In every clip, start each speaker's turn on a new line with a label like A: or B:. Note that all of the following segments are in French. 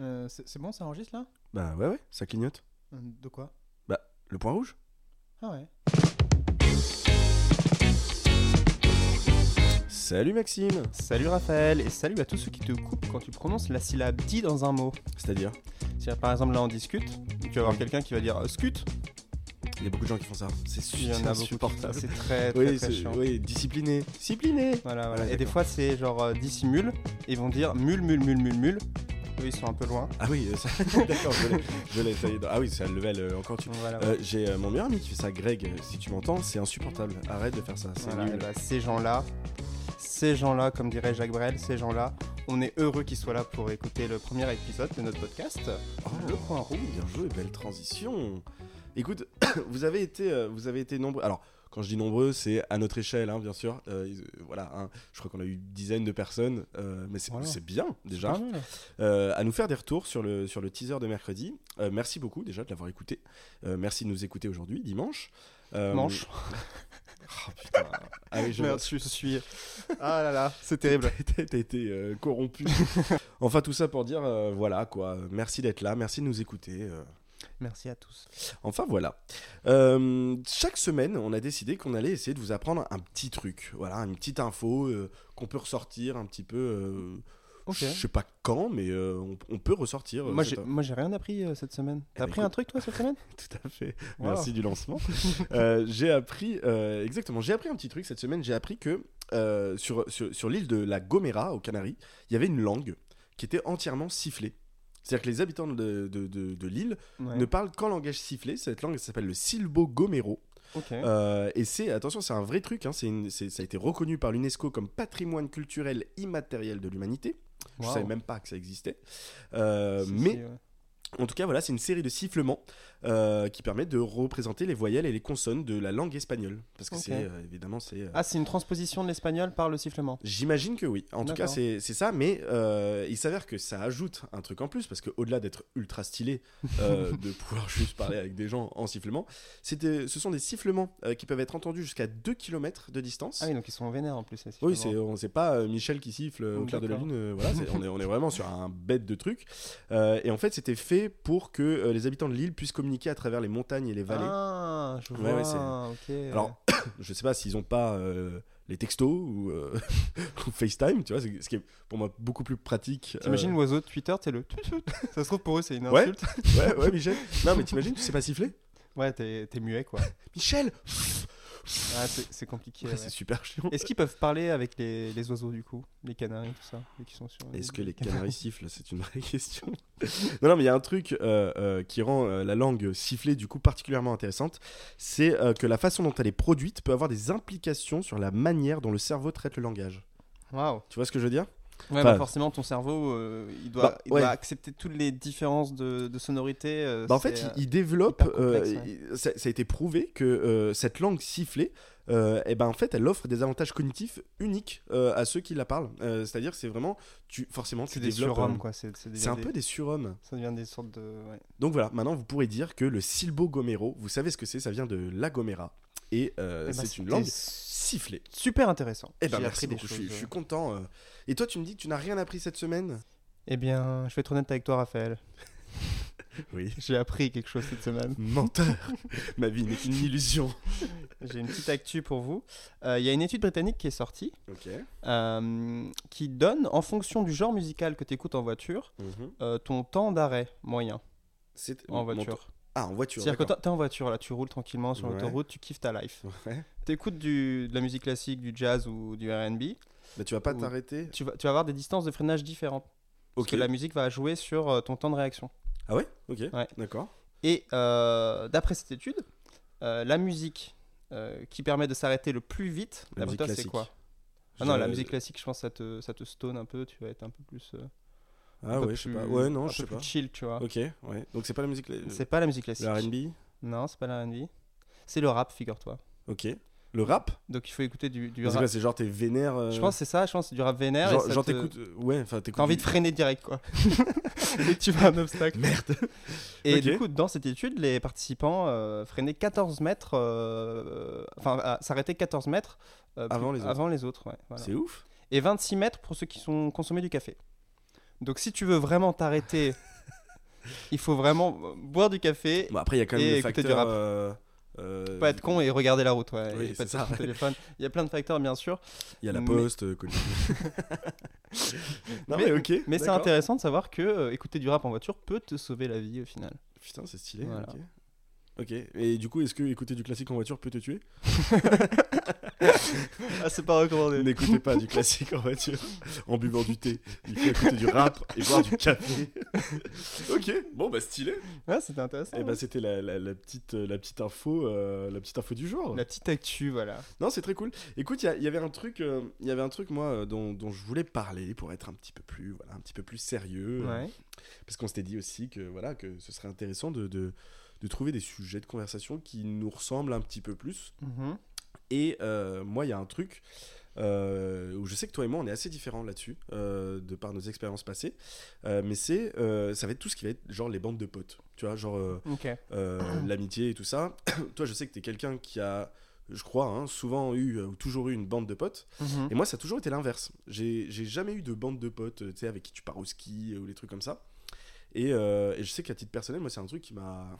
A: Euh, c'est c'est bon, ça enregistre là
B: Bah ouais, ouais, ça clignote.
A: Euh, De quoi
B: Bah, le point rouge
A: Ah ouais.
B: Salut Maxime
A: Salut Raphaël et salut à tous ceux qui te coupent quand tu prononces la syllabe dit dans un mot.
B: C'est-à-dire
A: C'est-à-dire par exemple là on discute, tu vas avoir quelqu'un qui va dire euh, scut.
B: Il y a beaucoup de gens qui font ça. C'est
A: Il y
B: super
A: en a beaucoup. qui-
B: insupportable.
A: C'est très très,
B: Oui,
A: très
B: c'est-
A: chiant.
B: oui, discipliné. Discipliné
A: Voilà, voilà.
B: Voilà,
A: et des
B: d'accord.
A: fois c'est genre euh, dissimule et ils vont dire mule mule mule mule mule. Eux ils sont un peu loin.
B: Ah oui, euh, ça... d'accord, je l'ai, je l'ai, ça y est. Ah oui, c'est un level euh, encore tu...
A: Donc, Voilà,
B: Euh, J'ai euh, mon meilleur ami qui fait ça, Greg, euh, si tu m'entends, c'est insupportable. Arrête de faire ça, c'est
A: Voilà,
B: nul.
A: et bah, ces gens-là, ces gens-là, comme dirait Jacques Brel, ces gens-là, on est heureux qu'ils soient là pour écouter le premier épisode de notre podcast.
B: Oh,
A: Le point rouge.
B: Bien joué, belle transition. Écoute, vous avez été, euh, vous avez été nombreux. Alors, quand je dis nombreux, c'est à notre échelle, hein, bien sûr. Euh, ils- euh, voilà, hein, je crois qu'on a eu une dizaine de personnes, euh, mais c'est
A: Voilà.
B: c'est bien déjà. Euh, à nous faire des retours sur le, sur le teaser de mercredi. Euh, merci beaucoup déjà de l'avoir écouté. Euh, merci de nous écouter aujourd'hui, dimanche. Euh,
A: Manche.
B: Oh, putain. Ah oui, je-
A: Merde, je suis. Ah là là, c'est terrible.
B: T'as t'as été euh, corrompu. enfin, tout ça pour dire, euh, voilà quoi. Merci d'être là, merci de nous écouter. euh,
A: Merci à tous.
B: Enfin voilà. Euh, chaque semaine, on a décidé qu'on allait essayer de vous apprendre un petit truc, voilà, une petite info euh, qu'on peut ressortir un petit peu. euh,
A: Ok.
B: Je sais pas quand, mais euh, on, on peut ressortir. euh,
A: Moi j'ai,
B: cette-
A: moi j'ai rien appris euh, cette semaine. T'as
B: bah,
A: appris un truc toi cette semaine
B: tout à fait.
A: Wow.
B: Merci du lancement. Euh, j'ai appris euh, exactement. J'ai appris un petit truc cette semaine. J'ai appris que euh, sur, sur, sur l'île de la Gomera aux Canaries, il y avait une langue qui était entièrement sifflée. C'est-à-dire que les habitants de, de, de- de l'île
A: Ouais.
B: ne parlent qu'en langage sifflé. Cette langue s'appelle le silbo-gomero.
A: Ok.
B: Euh, et c'est, attention, c'est un vrai truc, hein, c'est une- c'est- ça a été reconnu par l'UNESCO comme patrimoine culturel immatériel de l'humanité. Je
A: Wow.
B: savais même pas que ça existait. Euh,
A: Si,
B: mais
A: si, ouais.
B: en tout cas, voilà, c'est une série de sifflements euh, qui permet de représenter les voyelles et les consonnes de la langue espagnole. Parce que
A: Ok.
B: c'est, euh, évidemment, c'est... euh,
A: Ah, c'est une transposition de l'espagnol par le sifflement.
B: J'imagine que oui. En tout cas,
A: D'accord.
B: c'est c'est ça. Mais euh, il s'avère que ça ajoute un truc en plus parce que au-delà d'être ultra stylé, euh, de pouvoir juste parler avec des gens en sifflement, c'était, ce sont des sifflements euh, qui peuvent être entendus jusqu'à 2 km de distance.
A: Ah oui, donc ils sont vénères en plus. les
B: Oui,
A: sifflements.
B: c'est on sait pas euh, Michel qui siffle euh, au
A: Oh,
B: clair de la
A: d'accord.
B: lune. euh, voilà, c'est- on, est, on est vraiment sur un bête de truc. Euh, et en fait, c'était fait pour que euh, les habitants de l'île puissent communiquer à travers les montagnes et les vallées.
A: Ah, je vois.
B: Ouais, ouais,
A: ok.
B: Alors, je sais pas s'ils ont pas euh, les textos ou, euh, ou FaceTime, tu vois, c'est- ce qui est pour moi beaucoup plus pratique. euh,
A: T'imagines l'oiseau de Twitter, t'es le. tut, tut. Ça se trouve pour eux, c'est une
B: Ouais.
A: insulte.
B: Ouais, ouais, Michel. Non, mais t'imagines, tu sais pas siffler
A: Ouais, t'es t'es muet quoi.
B: Michel
A: Ah, c'est c'est compliqué.
B: Ouais,
A: ouais.
B: C'est super chiant.
A: Est-ce qu'ils peuvent parler avec les, les oiseaux du coup Les canaris, tout ça ceux qui sont sur
B: Est-ce que les canaris sifflent C'est une vraie question. non, non, mais il y a un truc euh, euh, qui rend euh, la langue sifflée du coup particulièrement intéressante, c'est euh, que la façon dont elle est produite peut avoir des implications sur la manière dont le cerveau traite le langage.
A: Waouh
B: Tu vois ce que je veux dire
A: Ouais,
B: Bah,
A: bah, forcément, ton cerveau, euh, il, doit,
B: Bah,
A: il doit
B: ouais.
A: accepter toutes les différences de, de sonorité. euh,
B: Bah, En
A: c'est,
B: fait,
A: euh,
B: il, il développe.
A: hyper complexe,
B: euh,
A: ouais.
B: il- ça, ça a été prouvé que euh, cette langue sifflée, euh, eh ben en fait, elle offre des avantages cognitifs uniques euh, à ceux qui la parlent. Euh, C'est-à-dire, c'est vraiment, tu forcément, tu
A: c'est des
B: développes.
A: surhommes
B: euh,
A: quoi. C'est c'est
B: C'est
A: devient
B: un
A: des-
B: peu des surhommes.
A: Ça devient des sortes de. ouais.
B: Donc voilà, maintenant vous pourrez dire que le silbo gomero, vous savez ce que c'est, ça vient de la gomera. Et euh,
A: Eh ben,
B: c'est une
A: c'était
B: langue
A: s-
B: sifflée.
A: Super intéressant.
B: Eh ben
A: J'ai
B: merci
A: appris des
B: beaucoup, je suis,
A: choses,
B: je suis
A: euh.
B: content. euh. Et toi tu me dis que tu n'as rien appris cette semaine
A: Eh bien, je vais être honnête avec toi, Raphaël.
B: Oui.
A: J'ai appris quelque chose cette semaine.
B: Menteur Ma vie n'est qu'une illusion.
A: J'ai une petite actu pour vous. Euh, Il y a une étude britannique qui est sortie
B: Ok.
A: euh, qui donne, en fonction du genre musical que tu écoutes en voiture,
B: Mhm.
A: euh, ton temps d'arrêt moyen
B: C'est-
A: en
B: mon-
A: voiture.
B: Ah, en voiture.
A: C'est-à-dire que
B: d'accord.
A: t'es t'es en voiture, là, tu roules tranquillement sur
B: Ouais.
A: l'autoroute, tu kiffes ta life.
B: Ouais.
A: T'écoutes du- de la musique classique, du jazz ou du RB,
B: Mais Bah, tu vas pas
A: Ou-
B: t'arrêter
A: tu vas, tu vas avoir des distances de freinage différentes. Parce
B: Ok.
A: que la musique va jouer sur euh, ton temps de réaction.
B: Ah ouais Ok.
A: Ouais.
B: D'accord.
A: Et euh, d'après cette étude, euh, la musique euh, qui permet de s'arrêter le plus vite,
B: La
A: d'après
B: musique
A: toi, c'est
B: classique.
A: quoi
B: Je
A: Ah non,
B: dirais- euh,
A: la musique classique, je pense que ça te, ça te stone un peu, tu vas être un peu plus. euh, un
B: Ah
A: peu
B: ouais, je sais
A: plus-
B: pas. Ouais, non,
A: un
B: je
A: peu
B: sais
A: plus
B: pas.
A: chill, tu vois.
B: Ok, ouais. Donc c'est pas la musique. la-
A: C'est pas la musique classique.
B: Le RB
A: Non, c'est pas la RB. C'est le rap, figure-toi.
B: Ok. Le rap
A: Donc il faut écouter du, du
B: C'est
A: rap.
B: quoi C'est genre t'es vénère. euh,
A: Je pense que c'est ça, je pense que c'est du rap vénère. et
B: Genre,
A: ça
B: genre
A: te-
B: t'écoutes. euh, Ouais, enfin t'écoutes.
A: T'as envie de
B: du-
A: freiner direct, quoi. Dès que tu vois un obstacle.
B: Merde
A: Et
B: Ok.
A: du coup, dans cette étude, les participants euh, freinaient 14 mètres, euh, enfin, à- s'arrêtaient 14 mètres euh, plus-
B: Avant les autres.
A: avant les autres ouais, voilà.
B: C'est ouf
A: Et 26 mètres pour ceux qui sont consommés du café. Donc si tu veux vraiment t'arrêter Il faut vraiment boire du café,
B: Bon, après, il y a quand même
A: Et
B: le
A: écouter du
B: facteur,
A: rap.
B: euh, euh,
A: pas être con et regarder la route. Ouais,
B: Oui,
A: et pas
B: c'est
A: être
B: ça.
A: sur son téléphone. Il y a plein de facteurs, bien sûr.
B: Il y a la
A: mais-
B: poste, euh, connu. non, mais, ok.
A: Mais c'est
B: d'accord.
A: intéressant de savoir que euh, écouter du rap en voiture peut te sauver la vie au final.
B: Putain, c'est stylé.
A: Voilà.
B: Ok. Ok. Et du coup, est-ce que écouter du classique en voiture peut te tuer
A: Ah, c'est pas recommandé.
B: N'écoutez pas du classique en voiture en buvant du thé. Il faut écouter du rap et boire du café. ok. Bon, bah stylé.
A: Ouais, c'était intéressant.
B: Et bah c'était la, la- la petite la petite info euh, la petite info du jour.
A: La petite actu, voilà.
B: Non, c'est très cool. Écoute, il y, a- il y avait un truc, euh, il y avait un truc moi euh, dont, dont je voulais parler pour être un petit peu plus, voilà, un petit peu plus sérieux, euh,
A: Ouais.
B: parce qu'on s'était dit aussi que voilà que ce serait intéressant de, de, de trouver des sujets de conversation qui nous ressemblent un petit peu plus.
A: Mhm.
B: Et euh, moi, il y a un truc euh, où je sais que toi et moi, on est assez différents là-dessus, euh, de par nos expériences passées. Euh, mais c'est, euh, ça va être tout ce qui va être genre les bandes de potes. Tu vois, genre euh,
A: Ok.
B: euh, l'amitié et tout ça. toi, je sais que t'es quelqu'un qui a, je crois, hein, souvent eu euh, ou toujours eu une bande de potes.
A: Mhm.
B: Et moi, ça a toujours été l'inverse. J'ai j'ai jamais eu de bande de potes, euh, tu sais, avec qui tu pars au ski euh, ou les trucs comme ça. Et, euh, et je sais qu'à titre personnel, moi, c'est un truc qui m'a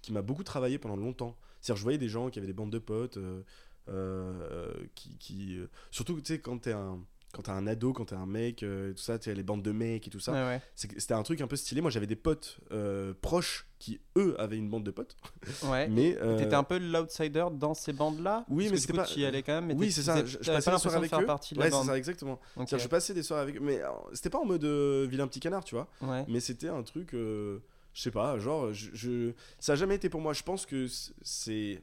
B: qui m'a beaucoup travaillé pendant longtemps. C'est-à-dire, je voyais des gens qui avaient des bandes de potes, euh, euh, qui, qui euh, surtout, tu sais, quand t'es un quand t'es un ado, quand t'es un mec, euh, et tout ça, tu sais, les bandes de mecs et tout ça,
A: Ouais, ouais.
B: c'est- c'était un truc un peu stylé. Moi, j'avais des potes euh, proches qui, eux, avaient une bande de potes.
A: Ouais.
B: Mais euh,
A: T'étais un peu l'outsider dans ces bandes-là
B: Oui, mais
A: Parce que
B: c'était
A: du coup,
B: pas-
A: Tu y allais quand même, mais
B: oui,
A: t'étais-
B: c'est ça. Je, je
A: t'avais
B: passais
A: pas
B: des soirées
A: l'impression de
B: avec
A: faire
B: eux.
A: partie de
B: ouais,
A: la
B: c'est
A: bande.
B: ça, exactement.
A: Ok,
B: C'est-à-dire, je passais des soirs avec. Mais euh, c'était pas en mode euh, vilain petit canard, tu vois.
A: ouais.
B: Mais c'était un truc. euh, je sais pas, genre. Je, je- Ça a jamais été pour moi. Je pense que c- c'est.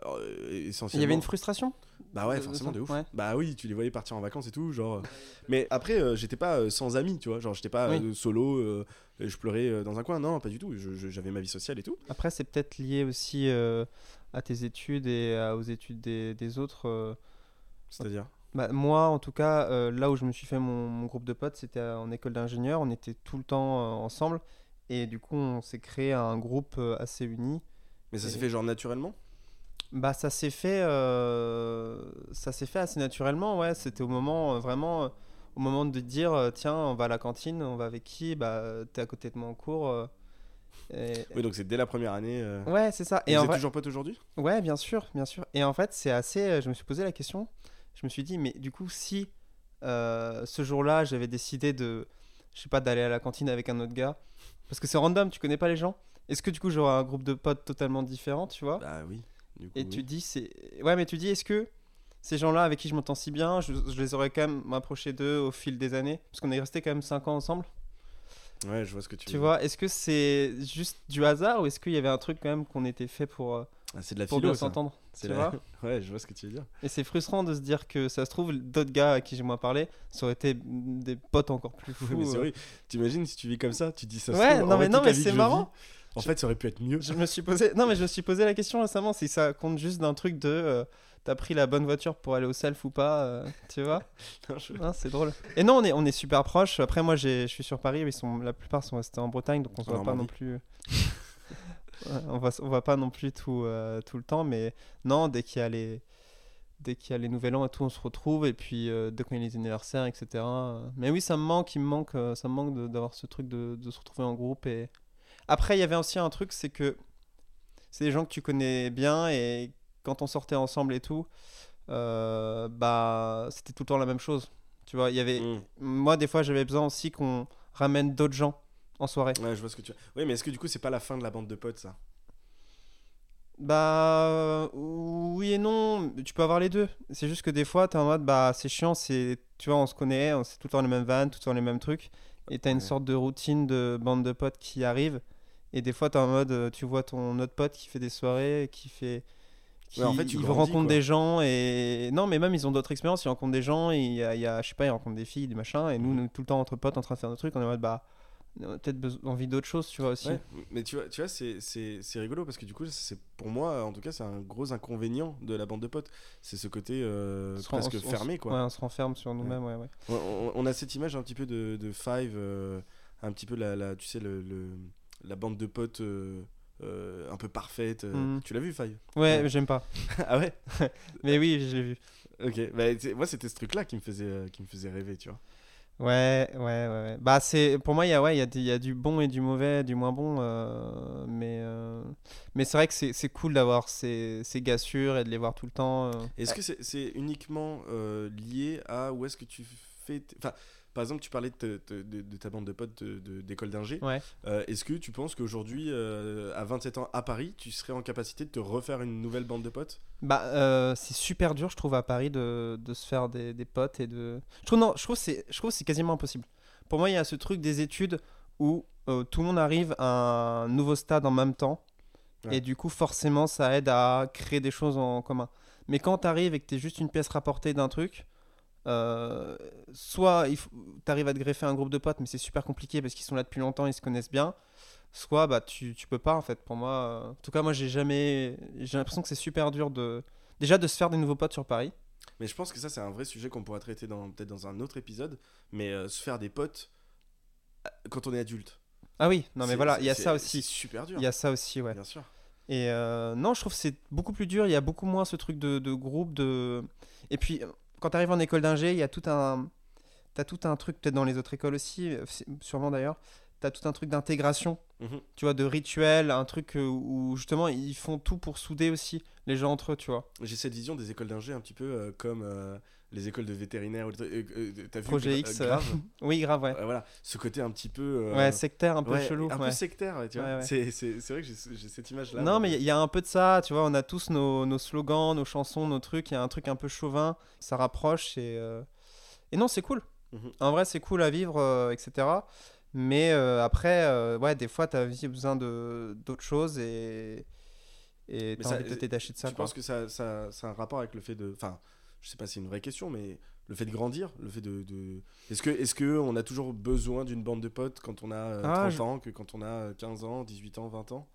B: alors, euh,
A: Il
B: essentiellement.
A: y avait une frustration
B: Bah ouais,
A: de- de
B: forcément,
A: ça,
B: de ouf.
A: ouais.
B: Bah oui, tu les voyais partir en vacances et tout, genre. euh, Mais après, euh, j'étais pas euh, sans amis, tu vois. Genre, j'étais pas
A: Oui.
B: euh, solo, euh, et je pleurais euh, dans un coin. Non, pas du tout. Je- je- J'avais ma vie sociale et tout.
A: Après, c'est peut-être lié aussi euh, à tes études et à- aux études des, des autres. euh.
B: C'est-à-dire.
A: Bah, moi, en tout cas, euh, là où je me suis fait mon, mon groupe de potes, c'était euh, en école d'ingénieur. On était tout le temps euh, ensemble. Et du coup, on s'est créé un groupe euh, assez uni.
B: Mais ça s'est
A: Et-
B: fait genre naturellement
A: Bah, ça s'est fait, euh, ça s'est fait assez naturellement, ouais. C'était au moment, euh, vraiment, euh, au moment de dire, euh, tiens, on va à la cantine, on va avec qui Bah, euh, t'es à côté de moi en cours. euh, et-
B: Oui, donc c'est dès la première année. euh,
A: Ouais, c'est ça.
B: Et
A: Et en vrai,
B: toujours potes aujourd'hui
A: ouais, bien sûr, bien sûr. Et en fait, c'est assez. euh, Je me suis posé la question. Je me suis dit, mais du coup, si euh, ce jour-là, j'avais décidé de, je sais pas, d'aller à la cantine avec un autre gars, parce que c'est random, tu connais pas les gens. Est-ce que du coup, j'aurais un groupe de potes totalement différent, tu vois
B: Bah oui. Du coup,
A: et
B: oui.
A: tu dis, c'est. Ouais, mais tu dis, est-ce que ces gens-là avec qui je m'entends si bien, je, je les aurais quand même m'approché d'eux au fil des années Parce qu'on est resté quand même 5 ans ensemble.
B: Ouais, je vois ce que tu,
A: Tu
B: veux dire.
A: vois, est-ce que c'est juste du hasard ou est-ce qu'il y avait un truc quand même qu'on était fait pour, euh,
B: Ah, c'est de la
A: pour
B: philo,
A: bien
B: ça.
A: s'entendre
B: C'est
A: Tu
B: la-
A: vois
B: Ouais, je vois ce que tu veux dire.
A: Et c'est frustrant de se dire que ça se trouve, d'autres gars à qui j'ai moins parlé, ça aurait été des potes encore plus fous.
B: Ouais, mais c'est
A: euh.
B: vrai. T'imagines si tu vis comme ça, tu dis ça. se
A: Ouais,
B: trouve, en
A: non,
B: vrai,
A: mais non,
B: toute la
A: mais
B: vie que
A: c'est
B: je
A: marrant.
B: vis, en fait, ça aurait pu être mieux.
A: Je me suis posé, non mais je me suis posé la question récemment si ça compte juste d'un truc de euh, t'as pris la bonne voiture pour aller au self ou pas, euh, tu vois
B: Non, je-
A: Ah, c'est drôle. Et non, on est, on est super proches. Après, moi, j'ai- je suis sur Paris. Ils sont, la plupart sont restés en Bretagne, donc on se
B: En
A: voit pas
B: Normandie.
A: non plus. Ouais, on voit, on voit pas non plus tout, euh, tout le temps. Mais non, dès qu'il y a les, dès qu'il y a les Nouvel An et tout, on se retrouve. Et puis euh, dès qu'on a les anniversaires, etc. euh, Mais oui, ça me manque. Il me manque, euh, ça me manque de- d'avoir ce truc de, de se retrouver en groupe. Et après, il y avait aussi un truc, c'est que c'est des gens que tu connais bien et quand on sortait ensemble et tout. euh, bah c'était tout le temps la même chose tu vois il y avait
B: Mm.
A: moi des fois j'avais besoin aussi qu'on ramène d'autres gens en soirée
B: Ouais, je vois ce que tu. Oui, mais est-ce que du coup, c'est pas la fin de la bande de potes, ça
A: bah euh, oui et non tu peux avoir les deux c'est juste que des fois t'es en mode bah c'est chiant c'est tu vois on se connaît on sait tout le temps les mêmes vannes tout le temps les mêmes trucs et t'as une
B: Ouais.
A: sorte de routine de bande de potes qui arrive et des fois t'es en mode euh, tu vois ton autre pote qui fait des soirées qui fait qui
B: Ouais, en fait, tu
A: il
B: grandis,
A: rencontre
B: quoi.
A: des gens et non mais même ils ont d'autres expériences ils rencontrent des gens il y a, il y a- je sais pas ils rencontrent des filles des machins et nous, nous, tout le temps entre potes en train de faire nos trucs on est en mode bah on a peut-être beso- envie d'autre chose tu vois aussi
B: Ouais. Mais tu vois, tu vois c'est, c'est, c'est rigolo parce que du coup, ça, c'est pour moi, en tout cas, c'est un gros inconvénient de la bande de potes. C'est ce côté euh,
A: On se-
B: presque
A: on se- on se-
B: fermé, quoi.
A: ouais, on se renferme sur nous-mêmes ouais, ouais.
B: On, on- on a cette image un petit peu de, de Five, euh, un petit peu la, la- tu sais, le, le- la bande de potes euh, euh, un peu parfaite. euh.
A: Mhm.
B: Tu l'as vu, Five
A: Ouais,
B: Ouais.
A: j'aime pas
B: Ah ouais
A: mais oui je l'ai vu
B: Ok, bah, c'est- moi c'était ce truc-là qui me faisait euh, qui me faisait rêver, tu vois.
A: Ouais, ouais, ouais. ouais. Bah, c'est, pour moi, il y a, ouais, il y a du- il y a du bon et du mauvais, du moins bon. euh, mais euh, mais c'est vrai que c'est c'est cool d'avoir ces, ces gars sûrs et de les voir tout le temps. euh.
B: Est-ce que c'est c'est uniquement euh, lié à où est-ce que tu fais. t- Enfin, par exemple, tu parlais de, te- te- de- de ta bande de potes de- de- d'école d'ingé.
A: Ouais.
B: Euh, est-ce que tu penses qu'aujourd'hui, euh, à 27 ans à Paris, tu serais en capacité de te refaire une nouvelle bande de potes
A: Bah, euh, c'est super dur, je trouve, à Paris de, de se faire des, des potes et de. Je trouve, non, je trouve que c'est, je trouve que c'est quasiment impossible. Pour moi, il y a ce truc des études où euh, tout le monde arrive à un nouveau stade en même temps.
B: Ouais.
A: Et du coup, forcément, ça aide à créer des choses en commun. Mais quand t'arrives et que t'es juste une pièce rapportée d'un truc, euh, soit il faut- t'arrives à te greffer un groupe de potes, mais c'est super compliqué parce qu'ils sont là depuis longtemps, ils se connaissent bien. Soit bah tu, tu peux pas en fait. Pour moi, euh, en tout cas moi j'ai jamais, j'ai l'impression que c'est super dur de déjà de se faire des nouveaux potes sur Paris.
B: Mais je pense que ça, c'est un vrai sujet qu'on pourra traiter dans- peut-être dans un autre épisode. Mais euh, se faire des potes euh, quand on est adulte.
A: Ah oui, non mais
B: C'est-
A: voilà,
B: c'est-
A: il y a
B: c'est-
A: ça
B: C'est
A: aussi.
B: super dur.
A: Il y a ça aussi, ouais.
B: Bien sûr.
A: Et euh, non, je trouve que c'est beaucoup plus dur. Il y a beaucoup moins ce truc de, de groupe. De... Et puis, euh, quand tu arrives en école d'ingé, il y a tout un. T'as tout un truc, peut-être dans les autres écoles aussi, euh, c'est- sûrement d'ailleurs. T'as tout un truc d'intégration,
B: Mhm.
A: tu vois, de rituel, un truc euh, où justement ils font tout pour souder aussi les gens entre eux, tu vois.
B: J'ai cette vision des écoles d'ingé un petit peu euh, comme euh, les écoles de vétérinaire. ou des trucs- euh, euh, T'as vu
A: Projet
B: gra-
A: X,
B: euh,
A: euh,
B: grave
A: Oui, grave, ouais.
B: Euh, Voilà, ce côté un petit peu. euh,
A: ouais, sectaire, un peu
B: ouais,
A: chelou.
B: Un
A: ouais.
B: peu sectaire, tu vois.
A: Ouais, ouais.
B: C'est- C'est c'est vrai que j'ai j'ai cette image-là.
A: Non, mais il y a un peu de ça, tu vois, on a tous nos, nos slogans, nos chansons, nos trucs, il y a un truc un peu chauvin, ça rapproche et... euh, Et non, c'est cool.
B: Mhm.
A: En vrai, c'est cool à vivre, euh, etc. Mais euh, après, euh, ouais, des fois, t'as aussi besoin de- d'autres choses et...
B: Mais
A: Et t'as
B: ça-
A: envie de te détacher de ça,
B: Tu
A: quoi.
B: penses que ça, ça, ça a un rapport avec le fait de. Enfin, je sais pas si c'est une vraie question, mais le fait de grandir, le fait de. de- Est-ce que, est que on a toujours besoin d'une bande de potes quand on a euh,
A: Ah,
B: 30
A: je-
B: ans, que quand on a euh, 15 ans, 18 ans, 20 ans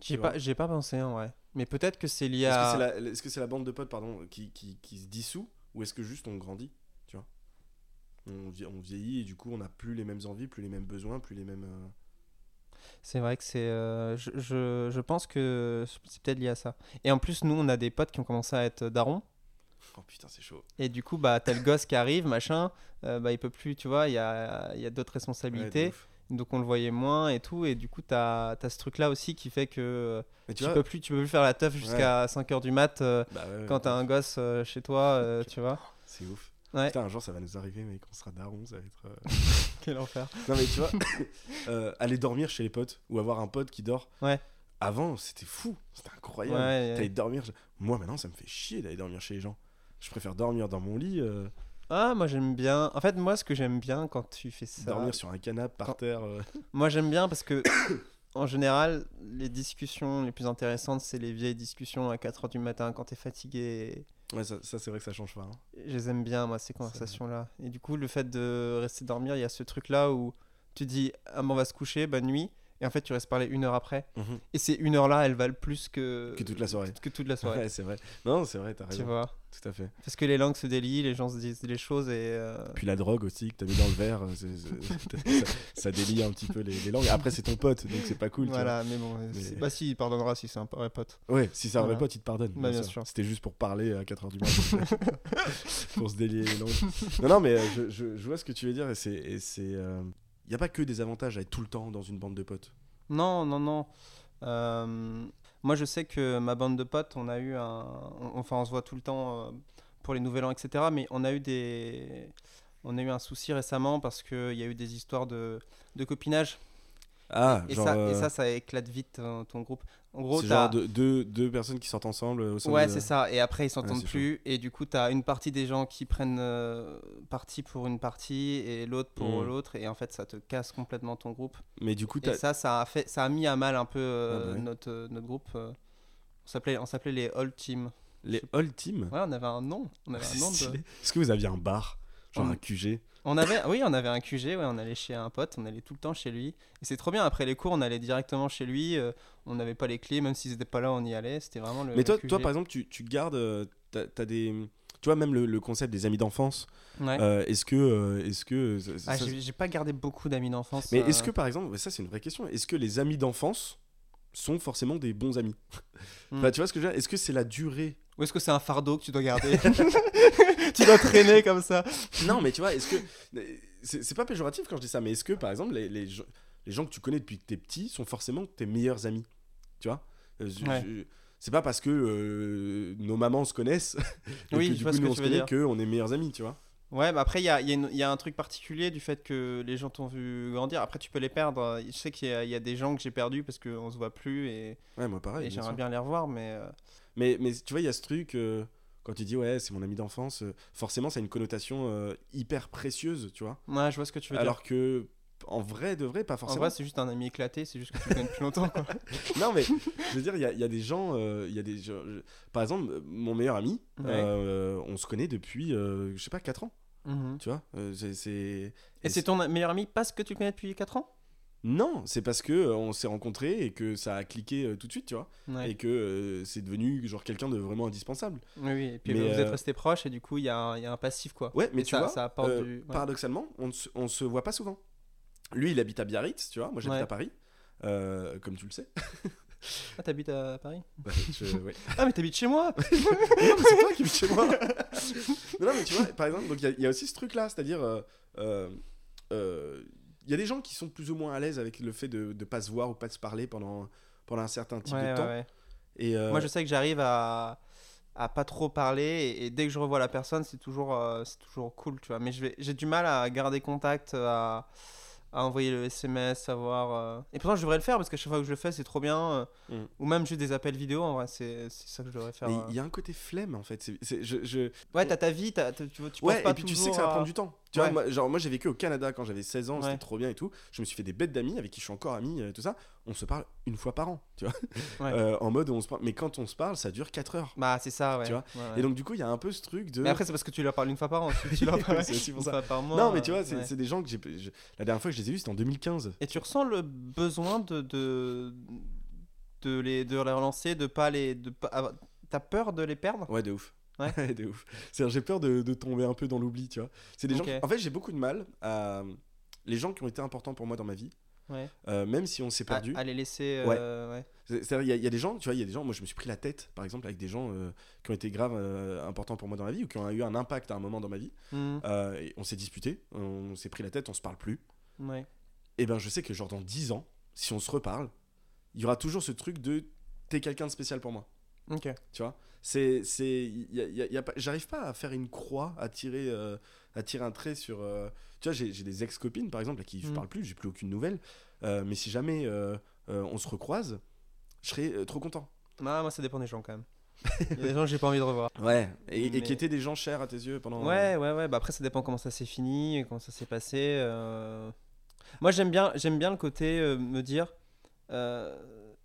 A: J'ai
B: tu vois.
A: pas, j'ai pas pensé, hein, ouais. Mais peut-être que c'est lié
B: Est-ce que
A: à...
B: c'est la, est-ce que c'est la bande de potes pardon, qui, qui, qui se dissout ou est-ce que juste on grandit tu vois on, vie- on vieillit et du coup on n'a plus les mêmes envies, plus les mêmes besoins, plus les mêmes. euh,
A: C'est vrai que c'est. euh, je, je, je pense que c'est peut-être lié à ça. Et en plus, nous, on a des potes qui ont commencé à être darons.
B: Oh putain, c'est chaud.
A: Et du coup, bah, t'as le gosse qui arrive, machin. euh, bah, il peut plus, tu vois, il y a, il y a d'autres
B: Ouais, de
A: responsabilités.
B: ouf.
A: donc, on le voyait moins et tout. Et du coup, t'as as ce truc-là aussi qui fait que euh,
B: Mais tu
A: tu,
B: vois,
A: peux plus, tu peux plus faire la teuf jusqu'à 5h du mat euh,
B: bah ouais, ouais,
A: quand t'as un gosse euh, chez toi, euh, tu vois.
B: c'est ouf.
A: Ouais.
B: Putain, un jour ça va nous arriver, mais qu'on sera daron, ça va être. euh,
A: Quel enfer.
B: Non mais tu vois, euh, aller dormir chez les potes ou avoir un pote qui dort.
A: Ouais.
B: Avant, c'était fou, c'était incroyable.
A: Ouais,
B: T'allais dormir. Moi maintenant, ça me fait chier d'aller dormir chez les gens. Je préfère dormir dans mon lit, euh,
A: Ah, moi, j'aime bien. En fait, moi, ce que j'aime bien quand tu fais ça.
B: dormir sur un canapé par
A: Quand-
B: terre. euh.
A: Moi, j'aime bien parce que, en général, les discussions les plus intéressantes, c'est les vieilles discussions à 4h du matin quand t'es fatigué.
B: Ouais, ça, ça, c'est vrai que ça change pas. hein.
A: Je les aime bien, moi, ces
B: vrai.
A: conversations-là. Et du coup, le fait de rester dormir, il y a ce truc-là où tu dis Ah, bon, on va se coucher, bonne nuit. Et en fait, tu restes parler une heure après.
B: Mhm.
A: Et ces une heure-là, elles valent plus que.
B: Que toute la soirée.
A: Que toute la
B: Ouais,
A: soirée.
B: c'est vrai. Non, c'est vrai, t'as
A: tu
B: raison.
A: vois
B: Tout à fait.
A: Parce que les langues se délient, les gens se disent les choses et. euh,
B: Puis la drogue aussi que t'as mis dans le verre, euh, c'est- c'est- ça, ça délie un petit peu les, les langues. Après, c'est ton pote, donc c'est pas cool. tu
A: voilà, mais bon.
B: Mais-
A: c'est- Bah, si, il pardonnera si c'est un vrai pote.
B: Ouais, si ça
A: Voilà.
B: aurait pas, tu te pardonnes.
A: Bah, bien sûr.
B: C'était juste pour parler à 4h du matin. pour se délier les langues. Non, non, mais euh, je, je- je vois ce que tu veux dire. Et c'est. Il n'y a pas que des avantages à être tout le temps dans une bande de potes.
A: Non, non, non. Euh, moi, je sais que ma bande de potes, on a eu un. on- Enfin, on se voit tout le temps euh, pour les Nouvel An, etc. Mais on a eu des. On a eu un souci récemment parce qu'il y a eu des histoires de, de copinage.
B: Ah,
A: Et,
B: genre.
A: ça, et
B: euh,
A: ça, ça éclate vite euh, ton groupe. En gros,
B: c'est
A: t'as-
B: genre de- deux, deux personnes qui sortent ensemble euh, au sein
A: Ouais,
B: de-
A: c'est ça. Et après, ils
B: Ouais,
A: s'entendent
B: c'est
A: plus. Et du coup, t'as une partie des gens qui prennent euh, parti pour une partie et l'autre pour
B: Mm.
A: l'autre. Et en fait, ça te casse complètement ton groupe.
B: Mais du coup,
A: Et
B: t'as-
A: ça, ça a, fait, ça a mis à mal un peu euh,
B: Ah bah oui.
A: notre, euh, notre groupe. euh, on s'appelait on s'appelait les Old Team.
B: les All Team.
A: Ouais, on avait un nom. On avait hein. un
B: c'est
A: nom
B: Ah,
A: de-
B: stylé. Est-ce que vous aviez un bar Genre
A: On-
B: un QG
A: On avait, oui, on avait un QG, ouais, on allait chez un pote, on allait tout le temps chez lui. Et c'est trop bien, après les cours, on allait directement chez lui. euh, on n'avait pas les clés, même s'ils n'étaient pas là, on y allait. C'était vraiment le.
B: Mais toi,
A: QG.
B: toi, par exemple, tu, tu gardes. euh, T'as t'as des. Tu vois, même le, le concept des amis d'enfance.
A: Ouais.
B: euh, Est-ce que. euh, Est-ce que. ça-
A: Ah,
B: ça-
A: j'ai j'ai pas gardé beaucoup d'amis d'enfance.
B: Mais
A: euh,
B: est-ce que, par exemple, ouais, ça c'est une vraie question, est-ce que les amis d'enfance sont forcément des bons amis
A: Hmm.
B: Enfin, Tu vois ce que je veux dire Est-ce que c'est la durée
A: Ou est-ce que c'est un fardeau que tu dois garder Tu dois traîner comme ça.
B: Non, mais tu vois, est-ce que. c'est c'est pas péjoratif quand je dis ça, mais est-ce que, par exemple, les, les, gens- les gens que tu connais depuis que t'es petit sont forcément tes meilleurs amis Tu vois Euh, je-
A: Ouais.
B: je- C'est pas parce que euh, nos mamans se connaissent et
A: Oui,
B: que
A: je
B: du
A: vois
B: coup
A: ce que
B: nous on
A: tu
B: se
A: veux
B: connaît
A: dire.
B: qu'on est meilleurs amis, tu vois
A: Ouais, mais après, il y a, il y a une- il y a un truc particulier du fait que les gens t'ont vu grandir. Après, tu peux les perdre. Je sais qu'il y, a- il y a des gens que j'ai perdus parce qu'on se voit plus et,
B: Ouais, moi pareil.
A: et
B: bien
A: j'aimerais
B: sûr.
A: bien les revoir, mais euh,
B: Mais, mais tu vois, il y a ce truc, euh, quand tu dis ouais, c'est mon ami d'enfance, euh, forcément ça a une connotation euh, hyper précieuse, tu vois.
A: ouais, je vois ce que tu veux dire.
B: Alors que en vrai, de vrai, pas
A: En
B: forcément.
A: vrai, c'est juste un ami éclaté, c'est juste que tu le connais depuis longtemps. quoi.
B: non, mais je veux dire, il y a, il y a des gens, euh, il y a des gens- je- par exemple, mon meilleur ami,
A: Ouais.
B: euh, on se connaît depuis, euh, je sais pas, 4 ans,
A: Mhm.
B: tu vois. Euh, c'est- c'est.
A: Et c'est ton meilleur ami parce que tu le connais depuis 4 ans
B: Non, c'est parce que euh, on s'est rencontrés et que ça a cliqué euh, tout de suite, tu vois,
A: Ouais.
B: et que euh, c'est devenu genre quelqu'un de vraiment indispensable.
A: Oui, oui, et puis
B: Mais,
A: vous êtes
B: euh,
A: restés proches et du coup, il y, a un il y a un passif quoi.
B: Ouais, mais
A: Et
B: tu
A: ça-
B: vois,
A: ça apporte
B: euh,
A: du- ouais.
B: paradoxalement, on ne se, on se voit pas souvent. Lui, il habite à Biarritz, tu vois. Moi, j'habite
A: Ouais.
B: à Paris, euh, comme tu le sais. Bah,
A: Ah, t'habites à Paris
B: Je- ouais.
A: Ah, mais t'habites chez moi
B: non, mais c'est toi qui vis chez moi. non, non, mais tu vois, par exemple, donc il y a- il y, a aussi ce truc-là, c'est-à-dire, euh, euh, euh, il y a des gens qui sont plus ou moins à l'aise avec le fait de ne pas se voir ou pas de se parler pendant pendant un certain type
A: Ouais,
B: de
A: ouais,
B: temps.
A: ouais.
B: Et euh,
A: Moi, je sais que j'arrive à, à pas trop parler et, et dès que je revois la personne, c'est toujours, euh, c'est toujours cool, tu vois. Mais je vais- j'ai du mal à garder contact, euh, à, à envoyer le SMS, savoir. euh, Et pourtant, je devrais le faire parce qu'à chaque fois que je le fais, c'est trop bien. euh,
B: Mm.
A: Ou même juste des appels vidéo, en vrai, c'est c'est ça que je devrais faire.
B: mais
A: euh.
B: il y a un côté flemme en fait. C'est- c'est- je- je,
A: Ouais, t'as ta vie, t'as- t'as- tu, tu
B: Ouais,
A: penses pas
B: et puis tu sais que
A: toujours
B: ça va
A: à-
B: prendre du temps. Tu
A: Ouais.
B: vois, moi, genre, moi j'ai vécu au Canada quand j'avais 16 ans,
A: Ouais.
B: c'était trop bien et tout. Je me suis fait des bêtes d'amis avec qui je suis encore ami et tout ça. On se parle une fois par an, tu vois.
A: Ouais.
B: Euh, en mode, on se parle. Mais quand on se parle, ça dure 4 heures.
A: Bah, c'est ça, ouais.
B: Tu vois.
A: Ouais, ouais.
B: Et donc, du coup, il y a un peu ce truc de.
A: Mais après, c'est parce que tu leur parles une fois par an. Si tu leur
B: Oui,
A: parles
B: c'est aussi pour
A: une
B: ça.
A: fois par mois.
B: non, mais tu vois,
A: euh,
B: c'est
A: ouais.
B: c'est des gens que j'ai. je- La dernière fois que je les ai vus, c'était en 2015.
A: Et tu ressens le besoin de de, de les de les relancer, de pas les de pas- avoir- T'as peur de les perdre
B: Ouais, de ouf.
A: Ouais.
B: de ouf. C'est-à-dire, j'ai peur de, de tomber un peu dans l'oubli, tu vois. C'est des
A: Ok.
B: gens. En fait, j'ai beaucoup de mal à. Les gens qui ont été importants pour moi dans ma vie,
A: Ouais. Ah,
B: euh, même si on s'est
A: À,
B: perdu.
A: à les laisser.
B: Ouais.
A: euh, ouais.
B: C'est- c'est-à-dire, Il y, a- il y a des gens, tu vois, il y a des gens, moi je me suis pris la tête, par exemple, avec des gens euh, qui ont été graves, euh, importants pour moi dans la vie, ou qui ont eu un impact à un moment dans ma vie.
A: Mhm.
B: Euh, et on s'est disputé, on s'est pris la tête, on se parle plus.
A: Ouais.
B: Et ben je sais que genre dans 10 ans, si on se reparle, il y aura toujours ce truc de t'es quelqu'un de spécial pour moi.
A: Ok.
B: Tu vois C'est, c'est, il y a- il y a- il y a pas- j'arrive pas à faire une croix, à tirer, euh, à tirer un trait sur. euh, tu vois, j'ai, j'ai des ex copines par exemple à qui je
A: Mhm.
B: parle plus, j'ai plus aucune nouvelle. Euh, mais si jamais euh, euh, on se recroise, je serais euh, trop content.
A: Ah, moi, ça dépend des gens quand même. Il y a des gens que j'ai pas envie de revoir.
B: Ouais, et, et
A: Mais-
B: qui étaient des gens chers à tes yeux pendant.
A: Ouais, ouais, ouais. Bah après, ça dépend comment ça s'est fini, comment ça s'est passé. euh. Moi, j'aime bien, j'aime bien le côté euh, me dire euh,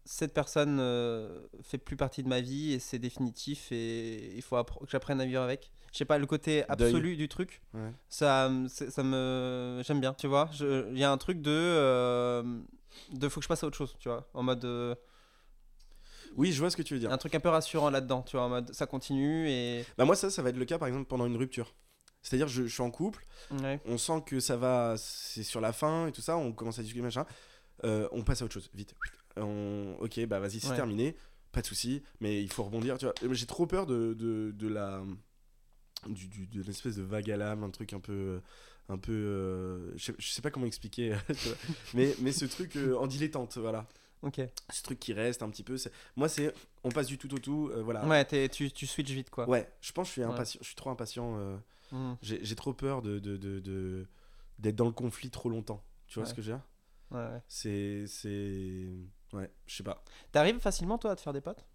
A: cette personne euh, fait plus partie de ma vie et c'est définitif et il faut appr- que j'apprenne à vivre avec. Je sais pas, le côté
B: Deuil.
A: absolu du truc,
B: Ouais.
A: ça, me- c'est- ça me, j'aime bien. Tu vois, Je- il y a un truc de, euh, de faut que je passe à autre chose. Tu vois, en mode euh,
B: Oui, je vois ce que tu veux dire.
A: un truc un peu rassurant là-dedans. Tu vois, en mode ça continue et
B: Bah, moi, ça, ça va être le cas par exemple pendant une rupture. C'est-à-dire, je, je suis en couple,
A: ouais,
B: on sent que ça va, c'est sur la fin et tout ça, on commence à discuter, machin. Euh, on passe à autre chose, vite. On... Ok, bah vas-y, c'est
A: Ouais.
B: terminé, pas de souci, mais il faut rebondir, tu vois. Euh, J'ai trop peur de, de, de la. Du, du- de l'espèce de vague à l'âme, un truc un peu. Un peu. euh, je, sais, je sais pas comment expliquer, tu vois. mais, mais ce truc euh, en dilettante, voilà.
A: ok.
B: ce truc qui reste un petit peu. c'est- Moi, c'est on passe du tout au tout. euh, voilà. Ouais.
A: Ouais, t'es- tu, tu switches vite quoi.
B: je pense que je suis
A: Ah. Ouais.
B: impatient. Je suis trop impatient. euh,
A: Mhm.
B: J'ai j'ai trop peur de de- de- de- d'être dans le conflit trop longtemps. Tu vois
A: Ouais.
B: ce que je veux dire
A: Ouais, ouais.
B: C'est c'est ouais, je sais pas.
A: T'arrives facilement, toi, à te faire des potes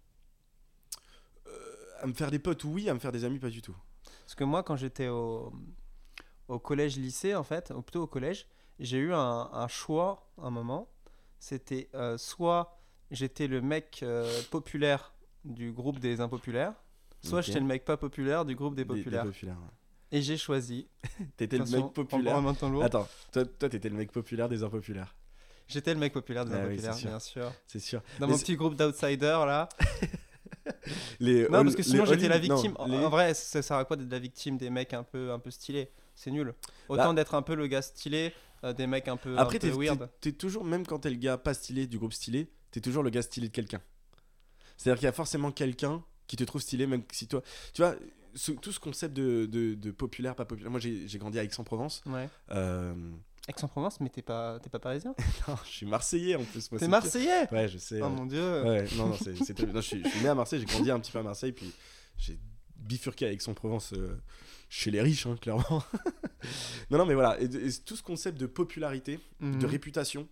B: Euh, à me faire des potes, oui. À me faire des amis, pas du tout.
A: Parce que moi, quand j'étais au, au collège-lycée, en fait, ou plutôt au collège, j'ai eu un, un choix, un moment. C'était euh, soit j'étais le mec euh, populaire du groupe des impopulaires, soit
B: Ok.
A: j'étais le mec pas populaire du groupe des
B: Des- des
A: populaires.
B: populaires, ouais.
A: Et j'ai choisi.
B: T'étais le
A: Attention,
B: mec populaire. Ah.
A: prends-moi maintenant lourd.
B: Attends, toi, toi, t'étais le mec populaire des impopulaires,
A: J'étais le mec populaire des
B: Ah oui,
A: impopulaires,
B: c'est sûr.
A: bien sûr.
B: c'est sûr.
A: Dans
B: Mais
A: mon
B: c'est-
A: petit groupe d'outsiders, là.
B: Les
A: Non,
B: all-
A: parce que sinon
B: Euh, les
A: j'étais la
B: all-in- non,
A: victime. Ah, En-
B: les-
A: En vrai, ça sert à quoi d'être la victime des mecs un peu, un peu stylés C'est nul. Autant
B: Bah-
A: d'être un peu le gars stylé, euh, des mecs un peu, un
B: Après,
A: peu
B: t'es
A: weird.
B: t'es- t'es toujours, même quand t'es le gars pas stylé du groupe stylé, t'es toujours le gars stylé de quelqu'un. C'est-à-dire qu'il y a forcément quelqu'un qui te trouve stylé, même si toi. Tu vois, ce- tout ce concept de, de- de populaire, pas populaire. Moi, j'ai j'ai grandi à Aix-en-Provence.
A: Ouais.
B: Euh,
A: Aix-en-Provence, mais t'es pas, t'es pas parisien
B: non, je suis Marseillais en plus. moi,
A: T'es
B: c'est
A: marseillais
B: pire. Ouais, je sais.
A: Oh
B: euh,
A: mon dieu
B: Ouais, non, non, c'est, c'est très- non, je, suis, je suis né à Marseille, j'ai grandi un petit peu à Marseille, puis j'ai bifurqué avec son Provence euh, chez les riches, hein, clairement. non, non, mais voilà, et, et tout ce concept de popularité, de
A: Mhm.
B: réputation,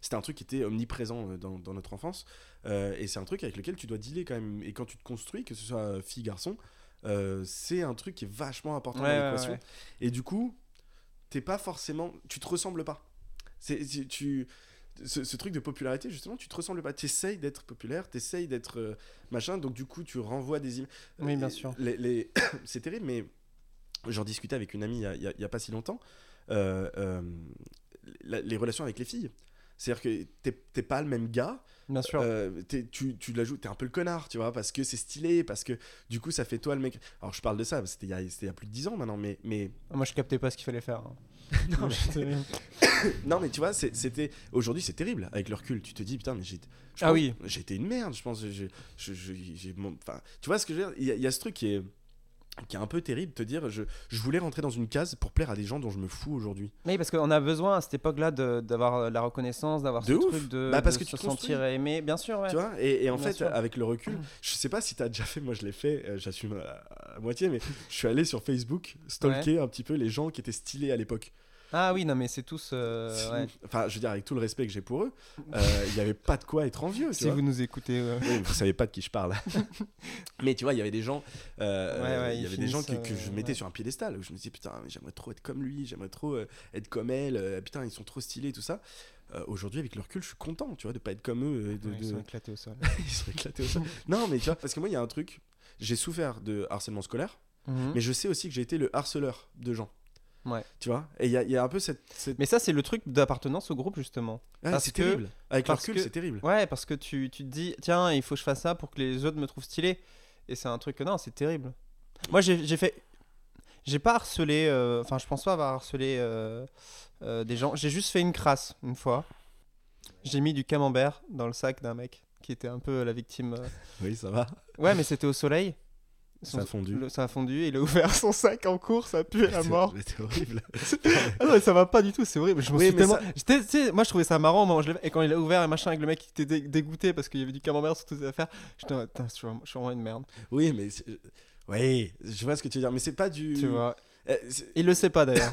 B: c'était un truc qui était omniprésent euh, dans, dans notre enfance, euh, et c'est un truc avec lequel tu dois dealer quand même. Et quand tu te construis, que ce soit euh, fille, garçon, euh, c'est un truc qui est vachement important
A: Ouais,
B: dans
A: ouais,
B: l'équation.
A: ouais.
B: Et du coup, t'es pas forcément, tu te ressembles pas. C'est c'est- tu ce, ce truc de popularité justement, tu te ressembles pas. T'essayes d'être populaire, t'essayes d'être euh, machin, donc du coup tu renvoies des images.
A: Oui, bien sûr.
B: Les, les- C'est terrible, mais j'en discutais avec une amie il y a, il y a- il y a pas si longtemps. euh, euh, la- les relations avec les filles. C'est-à-dire que t'es t'es pas le même gars,
A: Bien sûr.
B: euh, t'es- tu, tu la joues, t'es un peu le connard, tu vois, parce que c'est stylé, parce que du coup ça fait toi le mec. Alors je parle de ça, c'était il, y a- c'était il y a plus de 10 ans maintenant, mais, mais
A: Ah, Moi, je captais pas ce qu'il fallait faire. hein. Moi, j'étais-
B: Non, mais tu vois, c'est- c'était. Aujourd'hui, c'est terrible avec le recul. Tu te dis, putain, mais j'ai. je
A: Ah
B: pense-
A: oui.
B: J'étais une merde, je pense. je- je- je- j'ai mon- enfin, tu vois ce que je veux dire Il y a- il y, a ce truc qui est, qui est un peu terrible, te dire, je, je voulais rentrer dans une case pour plaire à des gens dont je me fous aujourd'hui.
A: Oui, parce qu'on a besoin à cette époque-là de- d'avoir euh, la reconnaissance, d'avoir ce
B: De ouf.
A: truc de,
B: Bah, parce
A: de
B: que tu
A: se
B: te construis.
A: sentir aimé. Bien sûr, ouais.
B: Tu vois et, et en
A: Bien
B: fait,
A: sûr.
B: avec le recul, je sais pas si t'as déjà fait, moi je l'ai fait, euh, j'assume à, à moitié, mais je suis allé sur Facebook stalker un petit peu les gens qui étaient stylés à l'époque.
A: Ah oui, non, mais c'est tous. euh,
B: Si-
A: ouais.
B: Enfin, je veux dire, avec tout le respect que j'ai pour eux, euh, il y avait pas de quoi être envieux. tu
A: Si
B: vois.
A: vous nous écoutez. euh,
B: Oui, vous savez pas de qui je parle. mais tu vois, il y avait des gens, euh,
A: Ouais, ouais,
B: il y
A: ils
B: avait des gens que,
A: finissent,
B: que je
A: euh,
B: mettais
A: ouais.
B: sur un piédestal où je me disais putain, mais j'aimerais trop être comme lui, j'aimerais trop euh, être comme elle, euh, putain, ils sont trop stylés, tout ça. Euh, Aujourd'hui, avec le recul, je suis content, tu vois, de pas être comme eux. et De,
A: Ils
B: de-
A: sont éclatés au sol.
B: ils sont éclatés au sol. Non, mais tu vois, parce que moi, il y a un truc, j'ai souffert de harcèlement scolaire,
A: Mhm.
B: mais je sais aussi que j'ai été le harceleur de gens.
A: Ouais.
B: Tu vois, et il y, a- il y a un peu cette. cette-
A: Mais ça, c'est le truc d'appartenance au groupe, justement.
B: Ouais,
A: parce
B: c'est
A: que-
B: terrible. Avec le
A: parce
B: recul,
A: que-
B: c'est terrible.
A: Ouais, parce que tu, tu te dis, tiens, il faut que je fasse ça pour que les autres me trouvent stylé. Et c'est un truc que non, c'est terrible. Moi, j'ai j'ai fait. J'ai pas harcelé. euh, Enfin, je pense pas avoir harcelé euh, euh, des gens. J'ai juste fait une crasse, une fois. J'ai mis du camembert dans le sac d'un mec qui était un peu la victime. euh.
B: Oui, ça va.
A: Ouais, mais c'était au soleil. Son-
B: Ça a fondu.
A: le- ça a fondu. Il a ouvert son sac en cours, ça pue à
B: Mmh. C'est-
A: mort.
B: mais C'est horrible.
A: Ah non, mais ça va pas du tout, c'est horrible. Je me
B: Oui,
A: suis
B: mais
A: tellement.
B: ça-
A: J'étais- tu sais, moi, je trouvais ça marrant. au moment où je l'ai- et quand il a ouvert et machin, avec le mec qui était dé- dégoûté parce qu'il y avait du camembert sur toutes ses affaires, j'étais en mode, Putain, je suis vraiment- je suis vraiment une merde.
B: Oui, mais. c'est- Oui, je vois ce que tu veux dire, mais c'est pas du.
A: Tu vois.
B: Euh, c'est-
A: Il le sait pas d'ailleurs.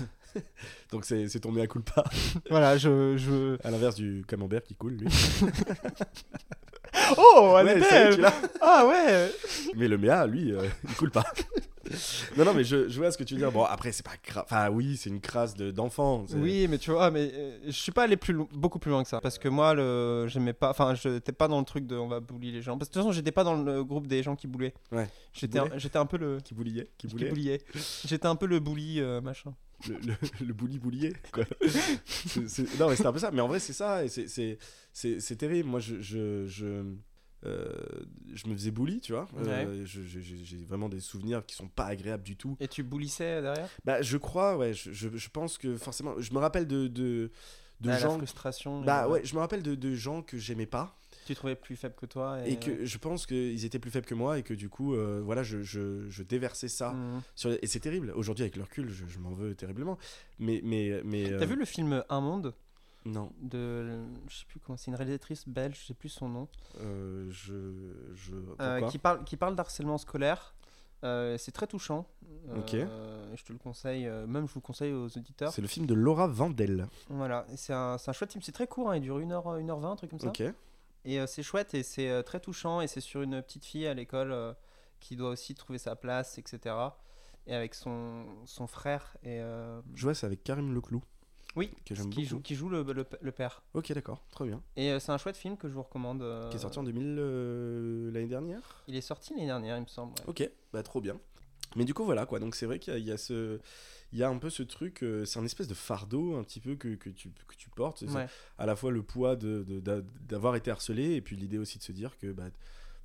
B: Donc c'est c'est ton mea culpa,
A: voilà, je. je...
B: à l'inverse du camembert qui coule, lui.
A: Oh, elle
B: Ouais,
A: est
B: ça y est, tu
A: belle
B: l'as.
A: Ah ouais
B: Mais le mea, lui, euh, il coule pas. non, non, mais je, je vois ce que tu veux dire. Bon, après, c'est pas grave. Enfin, oui, c'est une crasse de- d'enfant. c'est-
A: Oui, mais tu vois, mais euh, je suis pas allé plus lo- beaucoup plus loin que ça. Parce que moi, le... j'aimais pas. Enfin, j'étais pas dans le truc de on va bully les gens. Parce que de toute façon, j'étais pas dans le groupe des gens qui boulaient.
B: Ouais.
A: J'étais un,
B: Boulaient
A: j'étais un peu le.
B: Qui bouliait Qui
A: Qui
B: boulait
A: bouliait. J'étais un peu le bully euh, machin.
B: le, le, le bouli boulier quoi. C'est- c'est- non mais c'est un peu ça mais en vrai c'est ça et c'est- c'est c'est c'est terrible moi je je, je, euh, je me faisais bully tu vois Euh, je- je- j'ai j'ai vraiment des souvenirs qui sont pas agréables du tout
A: Et tu boulissais euh, derrière
B: bah je crois ouais je, je, je pense que forcément je me rappelle de de, de
A: Ah, La
B: gens
A: frustration. et
B: bah
A: le-
B: ouais je me rappelle de, de gens que j'aimais pas
A: tu te trouvais plus faible que toi et,
B: et que je pense qu'ils étaient plus faibles que moi et que du coup euh, voilà je, je, je déversais ça
A: Mhm.
B: sur les- et c'est terrible aujourd'hui avec le recul je, je m'en veux terriblement mais mais mais euh,
A: T'as vu le film Un Monde
B: non
A: de je sais plus comment c'est une réalisatrice belge je sais plus son nom
B: Euh, je. je
A: euh,
B: pourquoi
A: qui parle qui parle d'harcèlement scolaire Euh, c'est très touchant
B: Ok.
A: Euh, je te le conseille euh, même je vous le conseille aux auditeurs
B: C'est le film de Laura Vandel.
A: voilà Et c'est un, c'est un chouette film c'est très court hein, il dure 1 heure 1 heure 20 un truc comme ça
B: Ok.
A: et euh, c'est chouette et c'est euh, très touchant et c'est sur une petite fille à l'école euh, qui doit aussi trouver sa place etc et avec son, son frère et euh,
B: Je vois, c'est avec Karim Leclou.
A: oui
B: que j'aime
A: qui
B: beaucoup.
A: joue qui joue le- le- le père
B: Ok, d'accord. Très bien.
A: Et euh, c'est un chouette film que je vous recommande. euh,
B: Qui est sorti en 2000 euh, l'année dernière
A: Il est sorti l'année dernière, il me semble. ouais.
B: Ok, bah trop bien. Mais du coup, voilà quoi. Donc c'est vrai qu'il y, a- il y a ce. Il y a un peu ce truc, euh, c'est un espèce de fardeau un petit peu que, que tu, que tu portes. C'est
A: Ouais.
B: À la fois le poids de- de- d'a- d'avoir été harcelé et puis l'idée aussi de se dire que. bah,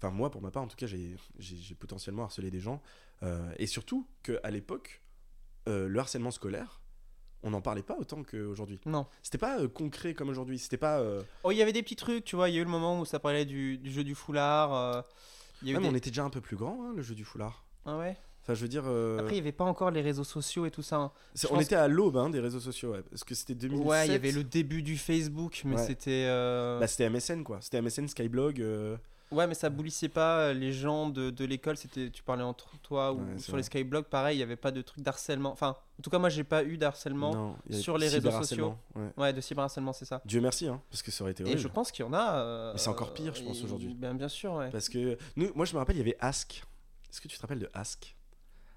B: Enfin, moi pour ma part, en tout cas, j'ai j'ai- j'ai potentiellement harcelé des gens. Euh, et surtout qu'à l'époque, euh, le harcèlement scolaire, on n'en parlait pas autant qu'aujourd'hui.
A: Non.
B: C'était pas euh, concret comme aujourd'hui. C'était pas. euh,
A: Oh, il y avait des petits trucs, tu vois. Il y a eu le moment où ça parlait du, du jeu du foulard. euh, Il y a eu
B: même
A: des-
B: on était déjà un peu plus grand, hein, le jeu du foulard.
A: Ah ouais
B: Enfin, Enfin, je veux dire. euh,
A: Après, il n'y avait pas encore les réseaux sociaux et tout ça. hein.
B: c'est-
A: je
B: on
A: pense-
B: était à l'aube hein, des réseaux sociaux, ouais, parce que c'était 2007.
A: Ouais, il y avait le début du Facebook, mais
B: Ouais.
A: c'était. euh,
B: Bah, c'était MSN, quoi. C'était MSN, Skyblog. euh,
A: Ouais, mais ça boulissait pas. euh, Les gens de, de l'école, c'était tu parlais entre toi ou
B: Ouais, c'est
A: sur les skyblogs, pareil, il y avait pas de truc d'harcèlement. Enfin, en tout cas, moi, j'ai pas eu d'harcèlement.
B: non, il y avait
A: sur les réseaux
B: cyberharcèlement, ouais.
A: Ouais, de cyberharcèlement, c'est ça.
B: Dieu merci, hein, parce que ça aurait été
A: Et
B: horrible.
A: je pense qu'il y en a. euh,
B: Mais c'est encore pire, je
A: euh,
B: pense, aujourd'hui.
A: Bien, bien sûr, ouais.
B: Parce que nous, moi, je me rappelle, il y avait Ask. Est-ce que tu te rappelles de Ask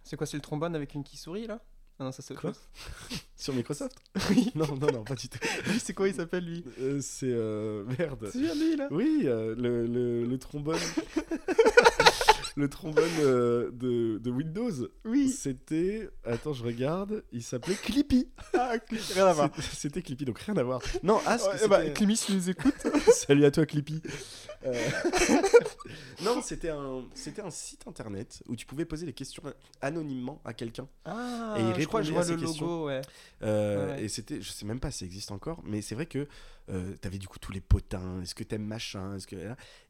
A: C'est quoi, c'est le trombone avec une qui sourit là Ah non, ça c'est autre
B: Quoi
A: chose.
B: sur Microsoft Oui. non, non, non, pas du tout.
A: Lui, c'est quoi, il s'appelle lui
B: Euh, c'est euh, merde.
A: C'est bien lui là
B: Oui, euh, le, le- le trombone. le trombone euh, de, de Windows.
A: Oui
B: C'était. Attends, je regarde. Il s'appelait Clippy.
A: Ah, Cl- rien à voir.
B: C'était- C'était Clippy, donc rien à voir. Non, Ask.
A: Ouais, bah,
B: c'était-
A: Clémy, si nous écoute.
B: Salut à toi, Clippy. Euh, non, c'était un, c'était un site internet où tu pouvais poser des questions anonymement à quelqu'un.
A: Ah,
B: Et il
A: je crois que
B: répondait
A: je
B: à
A: vois
B: ces
A: le
B: questions.
A: logo, ouais.
B: Euh,
A: Ouais.
B: Et c'était, je sais même pas si ça existe encore, mais c'est vrai que euh, t'avais du coup tous les potins. Est-ce que t'aimes machin Est-ce que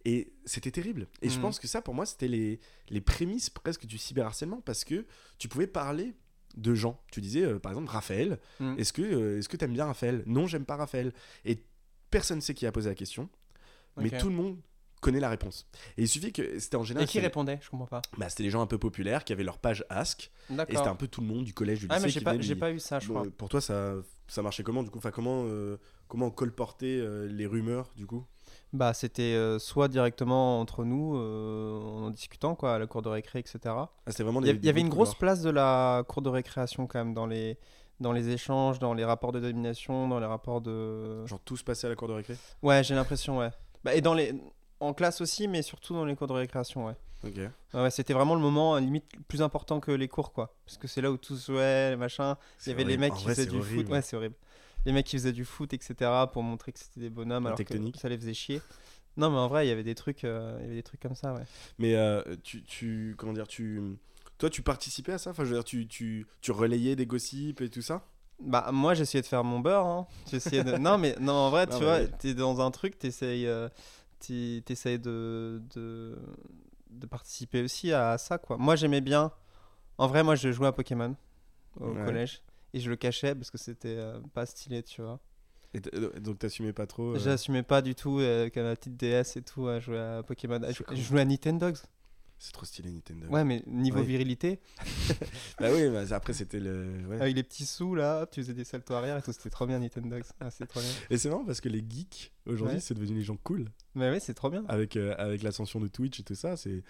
B: et c'était terrible. Et je
A: Mhm.
B: pense que ça, pour moi, c'était les les prémices presque du cyberharcèlement parce que tu pouvais parler de gens. Tu disais euh, par exemple Raphaël.
A: Mhm.
B: Est-ce que euh, est-ce que t'aimes bien Raphaël Non, j'aime pas Raphaël. Et personne sait qui a posé la question, mais
A: Ok.
B: tout le monde connaît la réponse. Et il suffit que c'était en général
A: Et qui
B: c'était-
A: répondait Je comprends pas.
B: bah, c'était les gens un peu populaires qui avaient leur page Ask et c'était un
A: D'accord.
B: peu tout le monde du collège du lycée
A: Ah, mais
B: qui
A: j'ai pas,
B: venait
A: j'ai
B: lui-
A: pas eu ça, je
B: Bon,
A: crois.
B: euh, pour toi, ça, ça marchait comment du coup enfin, comment, euh, comment colporter euh, les rumeurs du coup
A: Bah, c'était euh, soit directement entre nous, euh, en discutant, quoi, à la cour de récré, etc.
B: Ah, C'était vraiment
A: Il
B: des-
A: y a- il y,
B: des
A: avait
B: bruits
A: une
B: de
A: grosse
B: couloir.
A: place de la cour de récréation, quand même, dans les, dans les échanges, dans les rapports de domination, dans les rapports de.
B: Genre tout se passait à la cour de récré
A: Ouais, j'ai l'impression, ouais. Bah, et dans les. En classe aussi, mais surtout dans les cours de récréation, ouais.
B: Ok.
A: Ouais, ouais, c'était vraiment le moment, euh, limite, plus important que les cours, quoi. Parce que c'est là où tout se ouais, machin. Il
B: C'est
A: y avait les
B: horrible.
A: mecs
B: En
A: qui
B: vrai,
A: faisaient
B: c'est
A: du
B: horrible.
A: foot. Ouais, c'est horrible. Les mecs qui faisaient du foot, etc. pour montrer que c'était des bonhommes
B: La
A: alors
B: tectonique.
A: que ça les faisait chier. Non, mais en vrai, il y avait des trucs, euh, il y avait des trucs comme ça, ouais.
B: Mais euh, tu, tu. Comment dire tu... Toi, tu participais à ça Enfin, je veux dire, tu, tu, tu relayais des gossips et tout ça
A: Bah, moi, j'essayais de faire mon beurre. hein. J'essayais de... non, mais non, en vrai,
B: Non, mais
A: tu vois,
B: oui.
A: t'es dans un truc, t'essayes euh, t'y- t'essayes de, de, de participer aussi à ça, quoi. Moi, j'aimais bien. En vrai, moi, je jouais à Pokémon au
B: Ouais.
A: collège. Et je le cachais parce que c'était euh, pas stylé, tu vois.
B: et t- euh, Donc, t'assumais pas trop euh,
A: J'assumais pas du tout euh, qu'à ma petite DS et tout, à jouer à Pokémon. Ah,
B: C'est
A: Je,
B: con.
A: je jouais à Nintendogs.
B: C'est trop stylé, Nintendo.
A: Ouais, mais niveau
B: Ouais.
A: virilité,
B: Bah oui, bah, après, c'était le. ouais.
A: avec les petits sous là, hop, tu faisais des saltos arrière et tout, c'était trop bien Nintendogs. Ah, c'est trop bien.
B: Et c'est marrant parce que les geeks, aujourd'hui,
A: Ouais.
B: c'est devenu les gens cool.
A: Mais ouais, c'est trop bien.
B: avec, euh, avec l'ascension de Twitch et tout ça, c'est.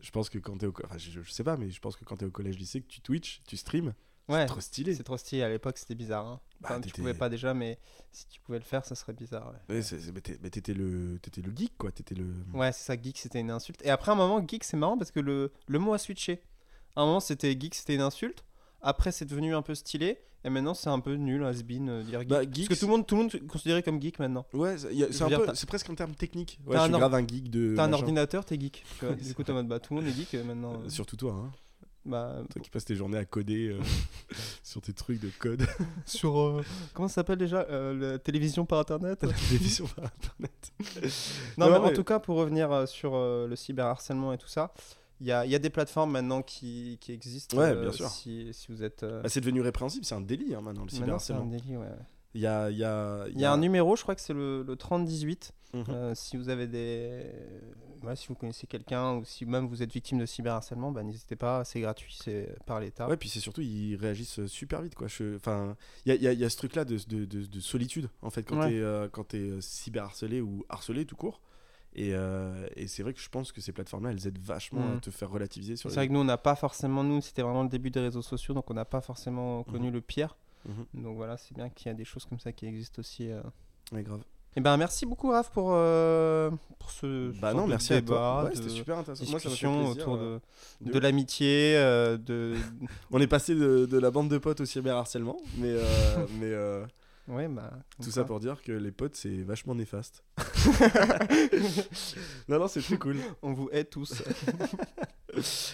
B: Je pense que quand t'es au. co- Enfin, je, je sais pas, mais je pense que quand t'es au collège lycée, que tu Twitch, tu stream,
A: Ouais.
B: trop stylé.
A: C'est trop stylé, à l'époque c'était bizarre. hein.
B: Bah,
A: Enfin, tu
B: t'étais-
A: pouvais pas déjà, mais si tu pouvais le faire, ça serait bizarre. Ouais,
B: Ouais, c'est- c'est- mais t'es- mais t'étais le, t'étais le geek, quoi. T'étais le.
A: Ouais, c'est ça, geek c'était une insulte. Et après un moment, geek c'est marrant parce que le, le mot a switché. À un moment, c'était geek, c'était une insulte. Après, c'est devenu un peu stylé. Et maintenant, c'est un peu nul, has-been, euh, dire geek.
B: Bah,
A: Parce
B: geek.
A: que tout le monde, tout le monde est considéré comme geek maintenant.
B: Ouais, c'est y a-
A: Je
B: c'est
A: veux
B: un
A: dire,
B: peu-
A: t'as-
B: c'est presque un terme technique. Ouais, je
A: t'as un
B: suis
A: or-
B: grave un geek de.
A: T'as un
B: machin.
A: ordinateur, t'es geek. tu vois.
B: Ouais, c'est
A: du coup, t'es en mode bah tout le monde est geek euh, maintenant.
B: Euh,
A: euh,
B: Surtout toi, hein.
A: bah,
B: Toi qui passes tes journées à coder euh, sur tes trucs de code,
A: sur. euh, comment ça s'appelle déjà euh, La télévision par internet
B: la télévision par internet.
A: Non,
B: Non,
A: mais
B: mais-
A: en tout cas, pour revenir euh, sur euh, le cyberharcèlement et tout ça, il y a, il y a des plateformes maintenant qui, qui existent. euh,
B: Ouais, bien sûr.
A: Si, si vous êtes. euh,
B: Bah, c'est devenu répréhensible, c'est un délit hein, maintenant, le
A: maintenant, c'est un
B: cyberharcèlement.
A: délit, ouais.
B: Il y a, il y, a,
A: Il y a un numéro, je crois que c'est le, le 3018.
B: Mhm.
A: Euh, si vous avez des. ouais, si vous connaissez quelqu'un ou si même vous êtes victime de cyberharcèlement, bah, n'hésitez pas, c'est gratuit, c'est par l'État.
B: Ah Ouais, puis c'est surtout, ils réagissent super vite, quoi. Je- Enfin, il y a, il y a- il y a ce truc-là de, de- de- de solitude, en fait, quand
A: Ouais.
B: t'es euh, quand t'es euh, cyberharcelé ou harcelé tout court. Et, euh, et c'est vrai que je pense que ces plateformes-là, elles aident vachement à
A: Mhm.
B: te faire relativiser sur
A: C'est
B: les...
A: vrai que nous, on n'a pas forcément, nous, c'était vraiment le début des réseaux sociaux, donc on n'a pas forcément connu le pire.
B: Mhm.
A: Donc voilà, c'est bien qu'il y a des choses comme ça qui existent aussi. euh.
B: Ouais, grave.
A: Eh ben, merci beaucoup, Raph, pour, euh, pour ce, ce
B: Bah
A: sorte
B: non,
A: de
B: merci à
A: débat,
B: toi. Ouais,
A: de
B: c'était super intéressant. Moi, ça m'a fait
A: discussion
B: plaisir,
A: autour
B: euh,
A: de,
B: de-
A: de l'amitié, euh, de...
B: On est passé de, de la bande de potes au cyberharcèlement, mais, euh, mais euh,
A: ouais, bah...
B: tout
A: comme
B: ça
A: quoi.
B: pour dire que les potes, c'est vachement néfaste. non, non, c'est très cool.
A: On vous hait tous.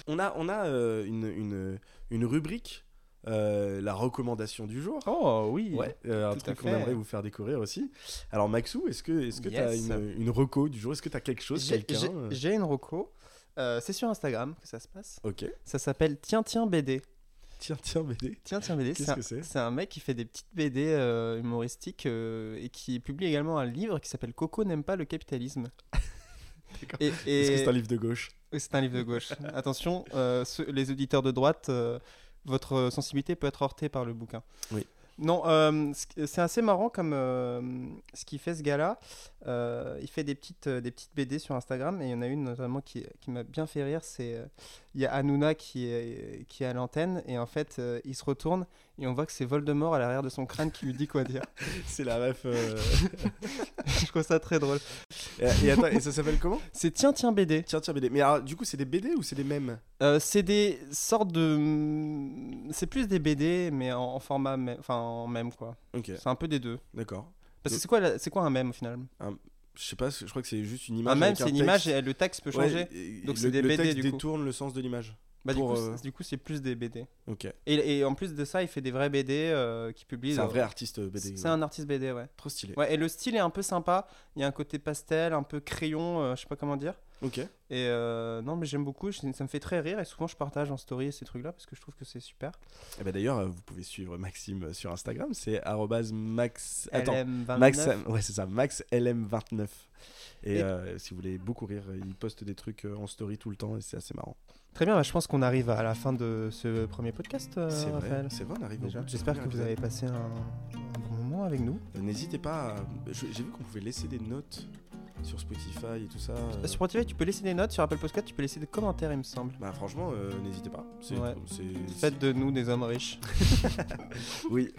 B: On a, on a euh, une, une, une rubrique, euh, la recommandation du jour.
A: oh, oui
B: Ouais, euh, un
A: tout à
B: truc qu'on
A: fait.
B: aimerait vous faire découvrir aussi. Alors Maxou, est-ce que est-ce que tu as
A: Yes.
B: une, une reco du jour Est-ce que tu as quelque chose,
A: J'ai
B: quelqu'un
A: j'ai-
B: euh,
A: j'ai une reco. Euh, c'est sur Instagram que ça se passe.
B: Ok.
A: Ça s'appelle Tiens Tiens BD.
B: Tiens, tiens, BD.
A: Tiens Tiens BD,
B: Qu'est-ce
A: c'est un-
B: que c'est
A: c'est un mec qui fait des petites BD euh, humoristiques euh, et qui publie également un livre qui s'appelle Coco n'aime pas le capitalisme.
B: D'accord.
A: Et, et-
B: Est-ce que c'est un livre de gauche
A: Oui, c'est un livre de gauche. Attention, euh, ceux- les auditeurs de droite, euh, votre sensibilité peut être heurtée par le bouquin.
B: Oui.
A: Non, euh, ce- c'est assez marrant comme euh, ce qu'il fait ce gars-là. Euh, il fait des petites, euh, des petites BD sur Instagram et il y en a une notamment qui, qui m'a bien fait rire. C'est euh, il y a Hanouna qui est, qui est à l'antenne et en fait euh, il se retourne et on voit que c'est Voldemort à l'arrière de son crâne qui lui dit quoi dire.
B: C'est la ref. euh,
A: Je trouve ça très drôle.
B: et, et attends, et ça s'appelle comment
A: C'est tiens tiens BD.
B: Tiens, tiens, BD. Mais alors, du coup, c'est des BD ou c'est des mèmes
A: Euh, c'est des sortes de. C'est plus des BD, mais en, en format. mê- Enfin, en mème, quoi.
B: Ok,
A: C'est un peu des deux.
B: d'accord.
A: Parce
B: Donc-
A: que c'est quoi, la- c'est quoi un mème au final
B: Je sais pas, je crois que c'est juste une
A: Un
B: image.
A: mème,
B: avec
A: c'est
B: un
A: une
B: texte.
A: image et le texte peut changer.
B: Ouais, et- et
A: Donc,
B: le-
A: c'est des
B: le
A: BD,
B: texte
A: du coup.
B: détourne le sens de l'image.
A: Bah, du,
B: pour,
A: coup,
B: euh,
A: c'est- du coup, c'est plus des BD.
B: Ok.
A: Et, et en plus de ça, il fait des vrais BD euh, qui publie.
B: C'est un
A: euh,
B: vrai artiste euh, BD.
A: C'est
B: ouais.
A: un artiste BD, ouais.
B: Trop stylé.
A: Ouais, et le style est un peu sympa. Il y a un côté pastel, un peu crayon, euh, je sais pas comment dire.
B: Ok.
A: Et euh, non, mais j'aime beaucoup. je- Ça me fait très rire. Et souvent, je partage en story ces trucs-là parce que je trouve que c'est super.
B: Et bah, d'ailleurs, euh, vous pouvez suivre Maxime euh, sur Instagram. C'est arrobase max. Attends.
A: LM29.
B: Max, ouais, c'est ça, MaxLM29. Et,
A: Et-
B: euh, si vous voulez beaucoup rire, il poste des trucs euh, en story tout le temps et c'est assez marrant.
A: Très bien, bah, je pense qu'on arrive à la fin de ce premier podcast, euh,
B: c'est vrai,
A: Raphaël.
B: c'est vrai, on arrive au
A: Déjà.
B: bout de ce
A: J'espère que
B: premier
A: vous avez
B: épisode.
A: passé un, un bon moment avec nous.
B: Euh, N'hésitez pas, à- je- j'ai vu qu'on pouvait laisser des notes sur Spotify et tout ça. euh,
A: Sur Spotify, tu peux laisser des notes, sur Apple Podcast, tu peux laisser des commentaires, il me semble.
B: Bah franchement, euh, n'hésitez pas. C'est,
A: Ouais.
B: c'est-
A: Faites de nous des hommes riches.
B: Oui.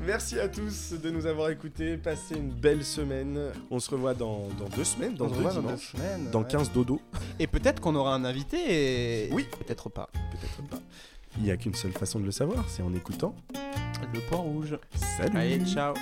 B: Merci à tous de nous avoir écoutés. Passez une belle semaine. On se revoit dans, dans deux semaines, dans
A: On se
B: deux
A: revoit hein, deux
B: dimanches.
A: semaines.
B: Dans
A: ouais.
B: 15 dodo,
A: Et peut-être qu'on aura un invité et...
B: Oui.
A: Peut-être pas.
B: peut-être pas. Il n'y a qu'une seule façon de le savoir, c'est en écoutant.
A: Le point rouge.
B: Salut
A: Allez, ciao.